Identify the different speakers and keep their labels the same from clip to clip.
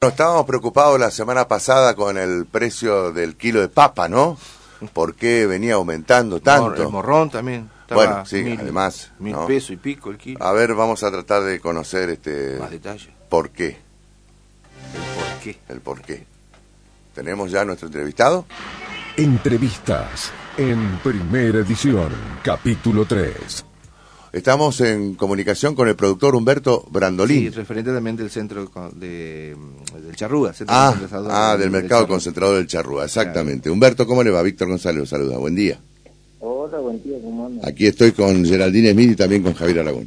Speaker 1: Bueno, estábamos preocupados la semana pasada con el precio del kilo de papa, ¿no? ¿Por qué venía aumentando tanto?
Speaker 2: El morrón también. estaba
Speaker 1: bueno, sí,
Speaker 2: mil-
Speaker 1: además.
Speaker 2: Mil
Speaker 1: ¿no? Ah,
Speaker 2: pesos y pico el kilo.
Speaker 1: A ver, vamos a tratar de conocer este
Speaker 2: Más detalle.
Speaker 1: por qué,
Speaker 2: El por qué.
Speaker 1: el por qué. ¿Tenemos ya nuestro entrevistado?
Speaker 3: Entrevistas en primera edición, capítulo 3.
Speaker 1: Estamos en comunicación con el productor Humberto
Speaker 2: Sí,
Speaker 1: Brandolín.
Speaker 2: referente también del centro con- de, mm, del Charrúa. centro
Speaker 1: ah,
Speaker 2: concentrador
Speaker 1: ah,
Speaker 2: de-
Speaker 1: del mercado
Speaker 2: Charrúa.
Speaker 1: concentrado del Charrúa, exactamente. Humberto, ¿cómo le va? Víctor González, lo saluda. Buen día.
Speaker 4: Hola, buen día, ¿cómo andan?
Speaker 1: Aquí estoy con Geraldine Smith y también con Javier Aragón.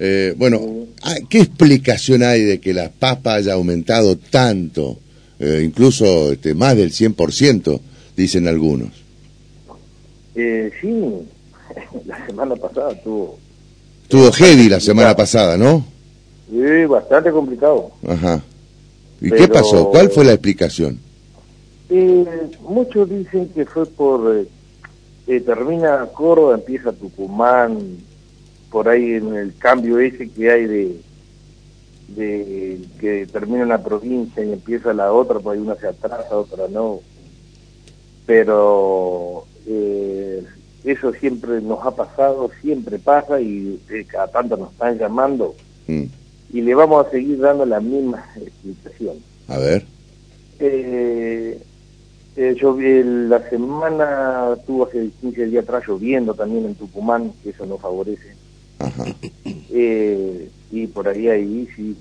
Speaker 1: Eh, bueno, ah, ¿qué explicación hay de que la papa haya aumentado tanto, eh, incluso este, más del 100%, dicen algunos?
Speaker 4: Eh, sí, la semana pasada estuvo
Speaker 1: Estuvo heavy la semana pasada, ¿no?
Speaker 4: eh, bastante complicado.
Speaker 1: Ajá. ¿Y qué
Speaker 4: Pero-
Speaker 1: pasó? ¿Cuál fue la explicación?
Speaker 4: Eh, muchos dicen que fue por... eh, eh, termina Córdoba, empieza Tucumán, por ahí en el cambio ese que hay de, de que termina una provincia y empieza la otra, por ahí una se atrasa, otra no. Pero eh, eso siempre nos ha pasado, siempre pasa y eh, cada tanto nos están llamando.
Speaker 1: Mm,
Speaker 4: y le vamos a seguir dando la misma explicación.
Speaker 1: a ver.
Speaker 4: Eh, eh, yo vi la semana, tuvo hace 15 días atrás lloviendo también en Tucumán, que eso no favorece.
Speaker 1: Ajá.
Speaker 4: Eh, y por ahí ahí sí,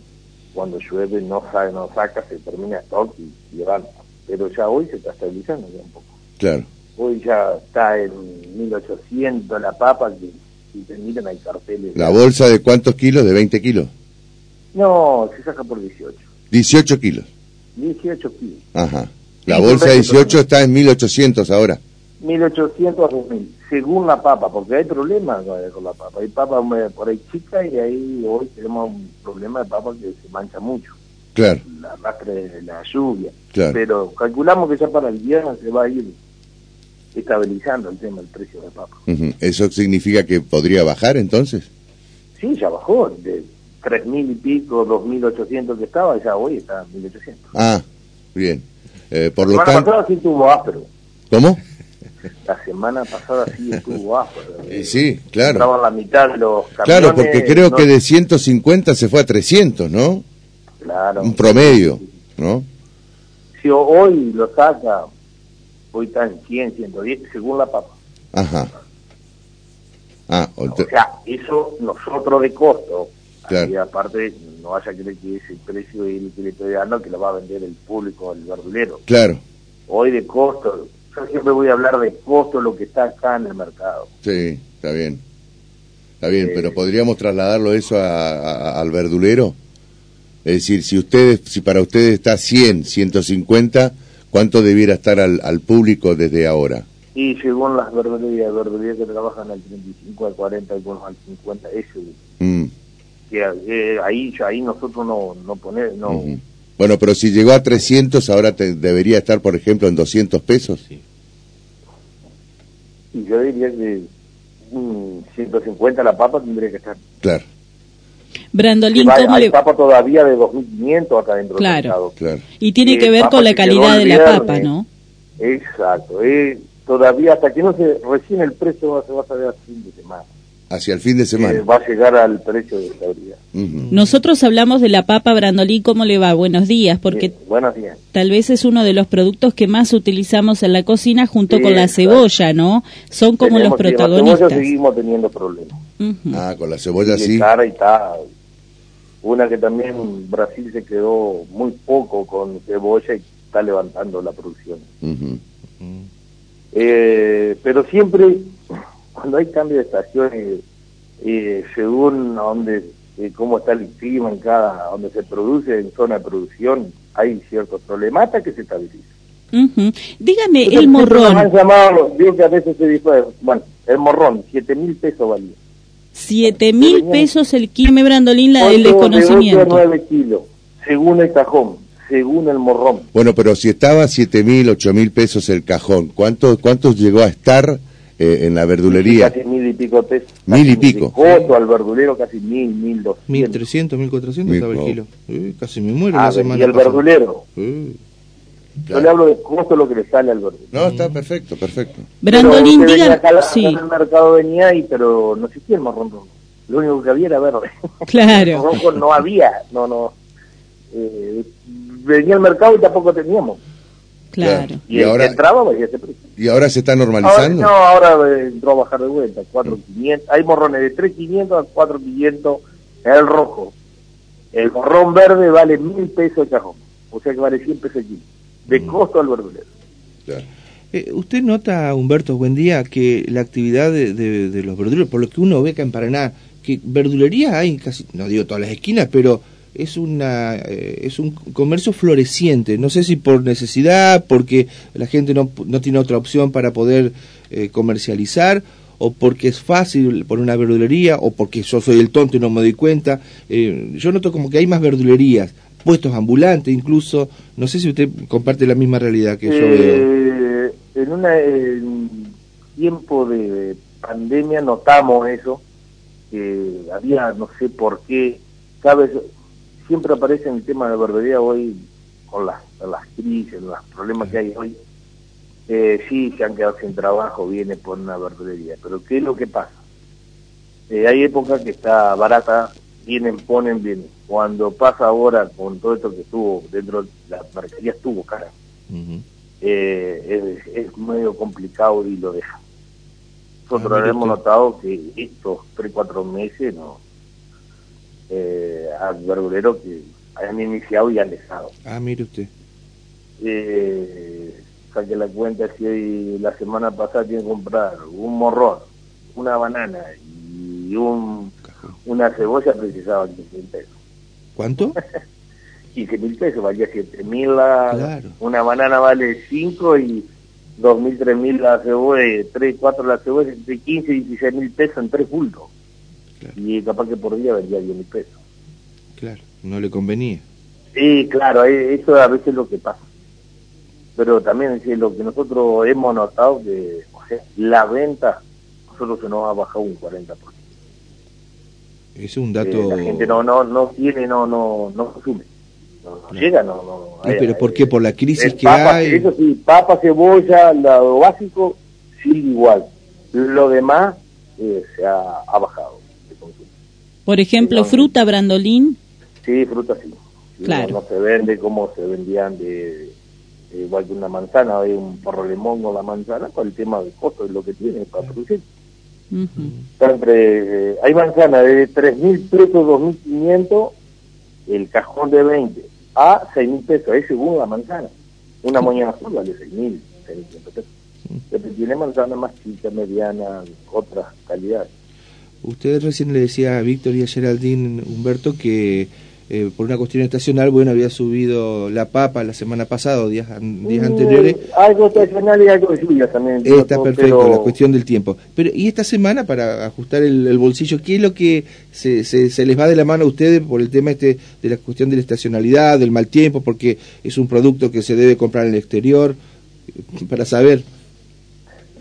Speaker 4: cuando llueve no sa- no saca, se termina stock y levanta. Pero ya hoy se está estabilizando ya un poco.
Speaker 1: Claro.
Speaker 4: Hoy ya está en 1800 la papa, que si te miran hay carteles.
Speaker 1: ¿La bolsa de cuántos kilos? ¿De 20 kilos?
Speaker 4: No, se saca por 18.
Speaker 1: 18 kilos.
Speaker 4: 18 kilos.
Speaker 1: Ajá. La
Speaker 4: Sí,
Speaker 1: bolsa
Speaker 4: correcto,
Speaker 1: 18
Speaker 4: correcto.
Speaker 1: está en 1800 ahora.
Speaker 4: 1800 a 2000, según la papa, porque hay problemas eh, con la papa. Hay papa eh, por ahí chica y ahí hoy tenemos un problema de papa que se mancha mucho,
Speaker 1: Claro,
Speaker 4: la arrastre de la lluvia.
Speaker 1: Claro.
Speaker 4: Pero calculamos que ya para el viernes se va a ir estabilizando el tema del precio de la papa.
Speaker 1: Ujú. ¿Eso significa que podría bajar entonces?
Speaker 4: Sí, ya bajó, de 3000 y pico, 2800 que estaba, ya hoy está en 1800.
Speaker 1: Ah, bien. Eh, por lo
Speaker 4: La semana
Speaker 1: tanto,
Speaker 4: pasada sí estuvo áspero.
Speaker 1: ¿cómo?
Speaker 4: La semana pasada sí estuvo áspero.
Speaker 1: Eh, sí, claro.
Speaker 4: Estaban la mitad de los camiones.
Speaker 1: Claro, porque creo
Speaker 4: no-
Speaker 1: que de 150 se fue a 300, ¿no?
Speaker 4: Claro.
Speaker 1: Un promedio, ¿no?
Speaker 4: Si ho- hoy lo saca, hoy está en 100, 110, según la papa.
Speaker 1: Ajá. Ah, o
Speaker 4: O
Speaker 1: te-
Speaker 4: sea, eso nosotros de costo.
Speaker 1: Claro.
Speaker 4: Y aparte, no vaya a creer que ese precio es el que le estoy dando, que lo va a vender el público, el verdulero.
Speaker 1: claro,
Speaker 4: Hoy de costo, yo siempre voy a hablar de costo, lo que está acá en el mercado.
Speaker 1: sí, está bien. Está bien,
Speaker 4: Eh,
Speaker 1: pero podríamos trasladarlo eso a- a- al verdulero. Es decir, si ustedes, si para ustedes está 100, 150, ¿cuánto debiera estar al, al público desde ahora?
Speaker 4: Y según las verdulerías, verdulerías que trabajan al 35, al 40, algunos al 50, eso.
Speaker 1: Mm,
Speaker 4: Que, eh, ahí, ahí nosotros no, no poner, no,
Speaker 1: ujú. Bueno, pero si llegó a 300, ahora te- debería estar, por ejemplo, en 200 pesos.
Speaker 4: Y yo diría que mm, 150 la papa tendría que estar.
Speaker 1: Claro,
Speaker 4: Que
Speaker 5: Brandolín,
Speaker 4: va-
Speaker 5: ¿cómo
Speaker 4: hay
Speaker 5: le...
Speaker 4: papa todavía de 2.500 acá dentro
Speaker 5: Claro.
Speaker 4: del mercado.
Speaker 1: claro.
Speaker 5: Y tiene
Speaker 4: Eh,
Speaker 5: que ver
Speaker 4: papa
Speaker 5: con la
Speaker 4: que llegó eh.
Speaker 5: calidad
Speaker 4: el
Speaker 5: de la
Speaker 4: viernes.
Speaker 5: papa, ¿no?
Speaker 4: Exacto. eh, todavía hasta que no se recién el precio va- se va a saber al fin de semana.
Speaker 1: Hacia el fin de semana.
Speaker 4: Eh, va a llegar al precio de estabilidad.
Speaker 1: Ujú.
Speaker 5: Nosotros hablamos de la papa, Brandolín, ¿cómo le va? Buenos días, porque
Speaker 4: Bien, buenos días.
Speaker 5: tal vez es uno de los productos que más utilizamos en la cocina junto
Speaker 4: Sí,
Speaker 5: con la
Speaker 4: exacto.
Speaker 5: cebolla, ¿no? Son como
Speaker 4: Tenemos
Speaker 5: los
Speaker 4: que- con
Speaker 5: protagonistas.
Speaker 4: cebolla seguimos teniendo problemas.
Speaker 5: Ujú.
Speaker 1: Ah, con la cebolla
Speaker 4: Y de
Speaker 1: sí.
Speaker 4: cara y tal. Una que también Brasil se quedó muy poco con cebolla y está levantando la producción.
Speaker 1: Ujú.
Speaker 4: Eh, pero siempre, cuando hay cambio de estaciones, eh, según a dónde, eh, cómo está el clima en cada, donde se produce, en zona de producción, hay ciertos problemas hasta que se estabiliza.
Speaker 5: Ujú.
Speaker 4: Entonces,
Speaker 5: Dígame, el
Speaker 4: siempre me han
Speaker 5: morrón,
Speaker 4: llamado, los- digo que a veces se dijo, eh, bueno, el morrón, siete mil pesos valía.
Speaker 5: siete mil
Speaker 4: Tenemos-
Speaker 5: pesos el kilo, me Brandolín, la del
Speaker 4: Ocho, De 8 a
Speaker 5: desconocimiento.
Speaker 4: 9 kilos, según el cajón, según el morrón.
Speaker 1: Bueno, pero si estaba siete mil, ocho mil pesos el cajón, ¿cuánto, ¿cuánto llegó a estar eh, en la verdulería.
Speaker 4: Casi mil y pico pesos.
Speaker 1: Mil y
Speaker 4: De
Speaker 1: pico.
Speaker 4: costo al verdulero casi mil, mil doscientos.
Speaker 2: 1300, 1400 estaba el
Speaker 1: Mil-
Speaker 2: kilo. Eh, casi me muero
Speaker 4: Ah,
Speaker 2: la semana.
Speaker 4: y el
Speaker 2: pasada.
Speaker 4: verdulero.
Speaker 1: Mm,
Speaker 2: Eh,
Speaker 4: Yo le hablo de costo lo que le sale al verdulero.
Speaker 1: No,
Speaker 2: Mm.
Speaker 1: está perfecto, perfecto.
Speaker 5: Brandolín,
Speaker 4: Pero usted venía
Speaker 5: diga...
Speaker 4: acá, a la- acá
Speaker 5: Sí,
Speaker 4: en el mercado venía ahí, pero no existía el marrón rojo. Lo único que había era verde.
Speaker 5: claro.
Speaker 4: Rojo no había, no, no. Eh, venía al mercado y tampoco teníamos.
Speaker 5: Claro.
Speaker 4: Y,
Speaker 1: Y
Speaker 4: el
Speaker 1: ahora-
Speaker 4: que entraba valía ese precio.
Speaker 1: ¿Y ahora se está
Speaker 4: Ahora,
Speaker 1: normalizando?
Speaker 4: no, ahora eh, entró a bajar de vuelta, 4500. Hay morrones de 3500 a 4500 el rojo. El morrón verde vale 1000 pesos el cajón, o sea que vale 100 pesos el kilo. De costo al verdulero.
Speaker 1: Claro.
Speaker 2: eh, ¿Usted nota, Humberto, buen día, que la actividad de, de- de los verduleros, por lo que uno ve acá en Paraná, que verdulería hay en casi, no digo todas las esquinas, pero es una eh, es un comercio floreciente. No sé si por necesidad, porque la gente no, no tiene otra opción para poder eh, comercializar, o porque es fácil por una verdulería, o porque yo soy el tonto y no me doy cuenta. Eh, yo noto como que hay más verdulerías, puestos ambulantes incluso. No sé si usted comparte la misma realidad que yo veo.
Speaker 4: Eh, en una- en un tiempo de pandemia notamos eso, que había, no sé por qué, cada vez, siempre aparece en el tema de barbería hoy, con las, con las crisis, los problemas que hay hoy, eh, sí, se han quedado sin trabajo, viene por una barbería, pero ¿qué es lo que pasa? Eh, hay épocas que está barata, vienen, ponen, vienen. Cuando pasa ahora con todo esto que estuvo dentro, la barbería estuvo cara
Speaker 2: Ujú.
Speaker 4: eh, es, es medio complicado y lo deja.
Speaker 2: Ah,
Speaker 4: Nosotros
Speaker 2: mire
Speaker 4: hemos
Speaker 2: usted.
Speaker 4: notado que estos 3, 4 meses no eh, al verdulero que han iniciado y han dejado.
Speaker 2: Ah, mire usted.
Speaker 4: Eh, saque la cuenta si hoy, la semana pasada tiene que comprar un morrón, una banana y un,
Speaker 2: Cajón.
Speaker 4: una cebolla precisaba 15 mil pesos.
Speaker 2: ¿Cuánto?
Speaker 4: 15 mil pesos, valía 7 mil la...
Speaker 2: Claro.
Speaker 4: Una banana vale 5 y 2 mil, 3 mil la cebolla, 3, 4 la cebolla, entre 15 y 16 mil pesos en tres bultos.
Speaker 2: Claro.
Speaker 4: Y capaz que por día valía 10 mil pesos.
Speaker 2: Claro, no le convenía.
Speaker 4: Sí, claro, eh, eso a veces es lo que pasa. Pero también es decir, lo que nosotros hemos notado que o sea, la venta nosotros se nos ha bajado un 40%.
Speaker 2: Ese es un
Speaker 4: Eh,
Speaker 2: dato.
Speaker 4: la gente no no no tiene, no no no consume. No, no llega, no, no.
Speaker 2: No, pero ¿por qué? ¿Por la crisis
Speaker 4: Eh,
Speaker 2: que
Speaker 4: papa,
Speaker 2: hay?
Speaker 4: Eso sí, papa, cebolla, lo básico, sí, igual. Lo demás eh, se ha, ha bajado. de consumo.
Speaker 5: Por ejemplo, fruta, Brandolín.
Speaker 4: Sí, fruta sí. Sí,
Speaker 5: Claro.
Speaker 4: No, no se vende como se vendían de, de igual que una manzana, hay un porro limón o la manzana, con el tema de costo, es lo que tiene para producir.
Speaker 5: Ujú.
Speaker 4: Está entre, eh, hay manzana de 3.000 pesos, 2.500, el cajón de 20, a 6.000 pesos, es según la manzana. Una moña azul vale 6.000, 6.500 pesos. Pero tiene manzana más chica, mediana, otras calidades.
Speaker 2: Usted recién le decía a Víctor y a Geraldine Humberto que eh, por una cuestión estacional, bueno, había subido la papa la semana pasada, o días, an- días anteriores.
Speaker 4: Eh, algo estacional y algo de lluvia también.
Speaker 2: Está
Speaker 4: Pero-
Speaker 2: perfecto,
Speaker 4: pero-
Speaker 2: la cuestión del tiempo. Pero, ¿y esta semana, para ajustar el, el bolsillo, qué es lo que se, se- se les va de la mano a ustedes por el tema este de la cuestión de la estacionalidad, del mal tiempo, porque es un producto que se debe comprar en el exterior, eh, para saber?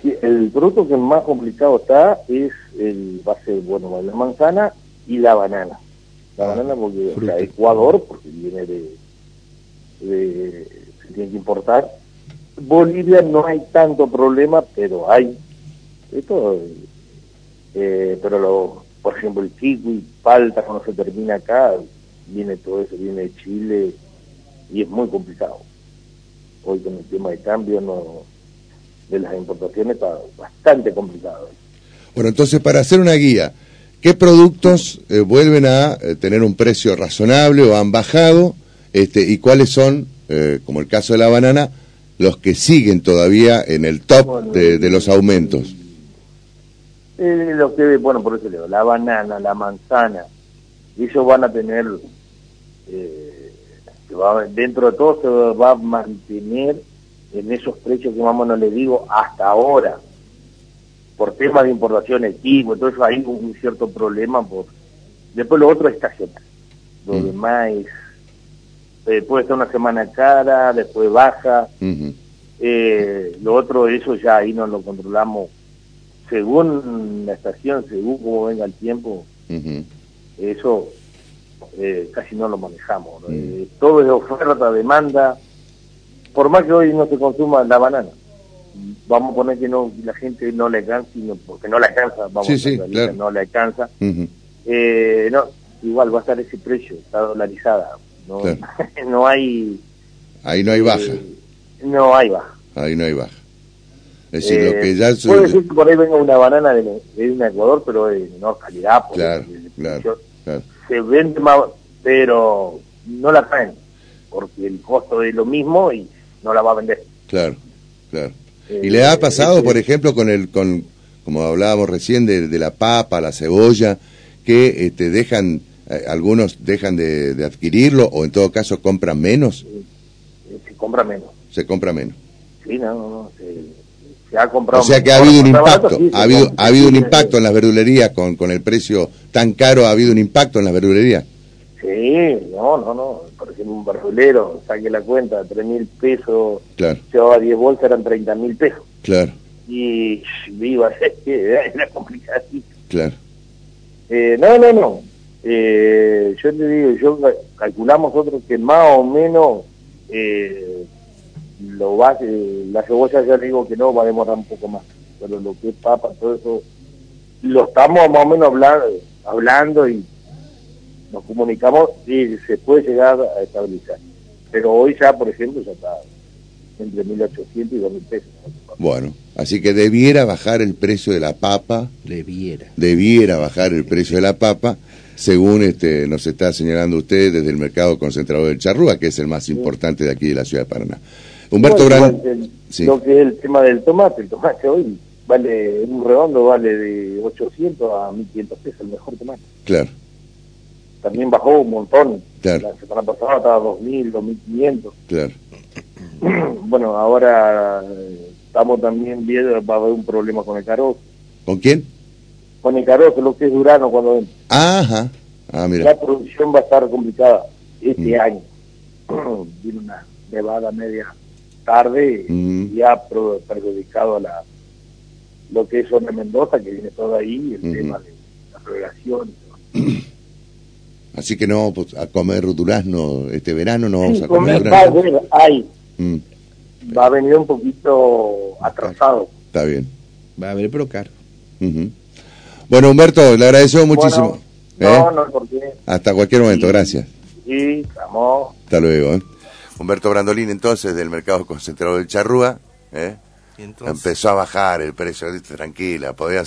Speaker 4: Sí, el producto que más complicado está es el va a ser bueno la manzana y la banana la
Speaker 2: Ah,
Speaker 4: banana porque o sea,
Speaker 2: fruta.
Speaker 4: Ecuador porque viene de, de- se tiene que importar Bolivia no hay tanto problema pero hay esto eh, eh, pero lo, por ejemplo el kiwi palta cuando se termina acá viene todo eso viene de Chile y es muy complicado hoy con el tema de cambio no de las importaciones está bastante complicado.
Speaker 1: Bueno, entonces, para hacer una guía, ¿qué productos eh, vuelven a eh, tener un precio razonable o han bajado? Este, ¿Y cuáles son, eh, como el caso de la banana, los que siguen todavía en el top de, de los aumentos?
Speaker 4: Eh, lo que, bueno, por eso le digo, la banana, la manzana, ellos van a tener, eh, se va- dentro de todo se va a mantener en esos precios que vamos, no le digo, hasta ahora. Por temas de importaciones, equipo, entonces hay un, un cierto problema. por Después lo otro es estacional. Lo
Speaker 1: Mm.
Speaker 4: demás es, eh, puede estar una semana cara, después baja.
Speaker 1: Ujú.
Speaker 4: Eh, lo otro, eso ya ahí no lo controlamos según la estación, según cómo venga el tiempo,
Speaker 1: Ujú.
Speaker 4: eso eh, casi no lo manejamos. ¿no?
Speaker 1: Mm.
Speaker 4: Eh, todo es oferta, demanda. Por más que hoy no se consuma la banana, vamos a poner que no la gente no le alcanza, sino porque no le alcanza, vamos
Speaker 1: Sí,
Speaker 4: a ser
Speaker 1: sí,
Speaker 4: realistas,
Speaker 1: claro.
Speaker 4: no le alcanza.
Speaker 1: Ujú.
Speaker 4: Eh, no, igual va a estar ese precio, está dolarizada. No,
Speaker 1: Claro.
Speaker 4: no hay...
Speaker 1: Ahí no hay baja,
Speaker 4: eh, no hay baja.
Speaker 1: ahí no hay baja. Es decir,
Speaker 4: Eh,
Speaker 1: lo que ya... se-
Speaker 4: puede decir que por ahí venga una banana de, de un Ecuador, pero de menor calidad. porque
Speaker 1: Claro,
Speaker 4: el-
Speaker 1: claro, claro.
Speaker 4: Se vende más, pero no la traen, porque el costo es lo mismo y no la va a vender.
Speaker 1: Claro, claro. ¿Y
Speaker 4: Eh,
Speaker 1: le ha pasado,
Speaker 4: este-
Speaker 1: por ejemplo, con el, con, como hablábamos recién, de, de la papa, la cebolla, que este, dejan, eh, algunos dejan de, de adquirirlo o en todo caso compran menos?
Speaker 4: Eh, Se compra menos.
Speaker 1: Se compra menos.
Speaker 4: Sí, no, no, no, se, se ha comprado
Speaker 1: O sea
Speaker 4: menos.
Speaker 1: que ha habido un
Speaker 4: Bueno, más
Speaker 1: impacto,
Speaker 4: barato, sí,
Speaker 1: ha
Speaker 4: se
Speaker 1: habido,
Speaker 4: compra,
Speaker 1: ha habido un
Speaker 4: sí,
Speaker 1: impacto en las verdulerías con, con el precio tan caro, ha habido un impacto en las verdulerías.
Speaker 4: Sí, no, no, no. Por ejemplo, un verdulero, saque la cuenta, 3 mil pesos,
Speaker 1: Claro,
Speaker 4: llevaba 10 bolsas, eran 30 mil pesos.
Speaker 1: claro,
Speaker 4: Y viva, era complicadísimo.
Speaker 1: claro.
Speaker 4: Eh, no, no, no. Eh, yo te digo, yo ca- calculamos nosotros que más o menos eh, lo va, eh, la cebolla ya digo que no, va a demorar un poco más. Pero lo que es papa, todo eso, lo estamos más o menos hablando, hablando y nos comunicamos y se puede llegar a estabilizar. Pero hoy ya, por ejemplo, ya está entre 1.800 y 2.000 pesos.
Speaker 1: Bueno, así que debiera bajar el precio de la papa,
Speaker 2: Debiera.
Speaker 1: debiera bajar el precio de la papa, según este, nos está señalando usted desde el mercado concentrado del Charrúa, que es el más importante de aquí de la ciudad de Paraná. Humberto
Speaker 4: Bueno,
Speaker 1: Gran,
Speaker 4: igual eh, el-
Speaker 1: sí.
Speaker 4: Lo que es el tema del tomate, el tomate hoy vale, en un redondo vale de 800 a 1500 pesos, el mejor tomate.
Speaker 1: claro,
Speaker 4: También bajó un montón.
Speaker 1: Claro.
Speaker 4: La semana pasada estaba a 2000, 2500.
Speaker 1: claro,
Speaker 4: bueno, ahora eh, estamos también viendo, va a haber un problema con el carozo.
Speaker 1: ¿con quién?
Speaker 4: Con el carozo, lo que es durano cuando vende.
Speaker 1: Ajá, ah, mira,
Speaker 4: La producción va a estar complicada este
Speaker 1: Mm.
Speaker 4: año. Viene una nevada media tarde
Speaker 1: Mm.
Speaker 4: y ha pro- perjudicado a la, lo que es zona Mendoza, que viene todo ahí, el
Speaker 1: Ujú.
Speaker 4: tema de la floración.
Speaker 1: así que no, pues, a comer durazno este verano no vamos
Speaker 4: Sí,
Speaker 1: a comer
Speaker 4: comer va a
Speaker 1: durazno.
Speaker 4: haber, hay,
Speaker 1: Mm,
Speaker 4: va a venir un poquito atrasado.
Speaker 1: está bien.
Speaker 2: Va a haber pero caro.
Speaker 1: Ujú. Bueno, Humberto, le agradezco muchísimo. ¿eh?
Speaker 4: Bueno, no, no, porque
Speaker 1: Hasta cualquier momento,
Speaker 4: Sí.
Speaker 1: gracias.
Speaker 4: sí, estamos...
Speaker 1: Hasta luego. ¿eh? Humberto Brandolín, entonces, del mercado concentrado del Charrúa, ¿eh? empezó a bajar el precio, dice, tranquila, podías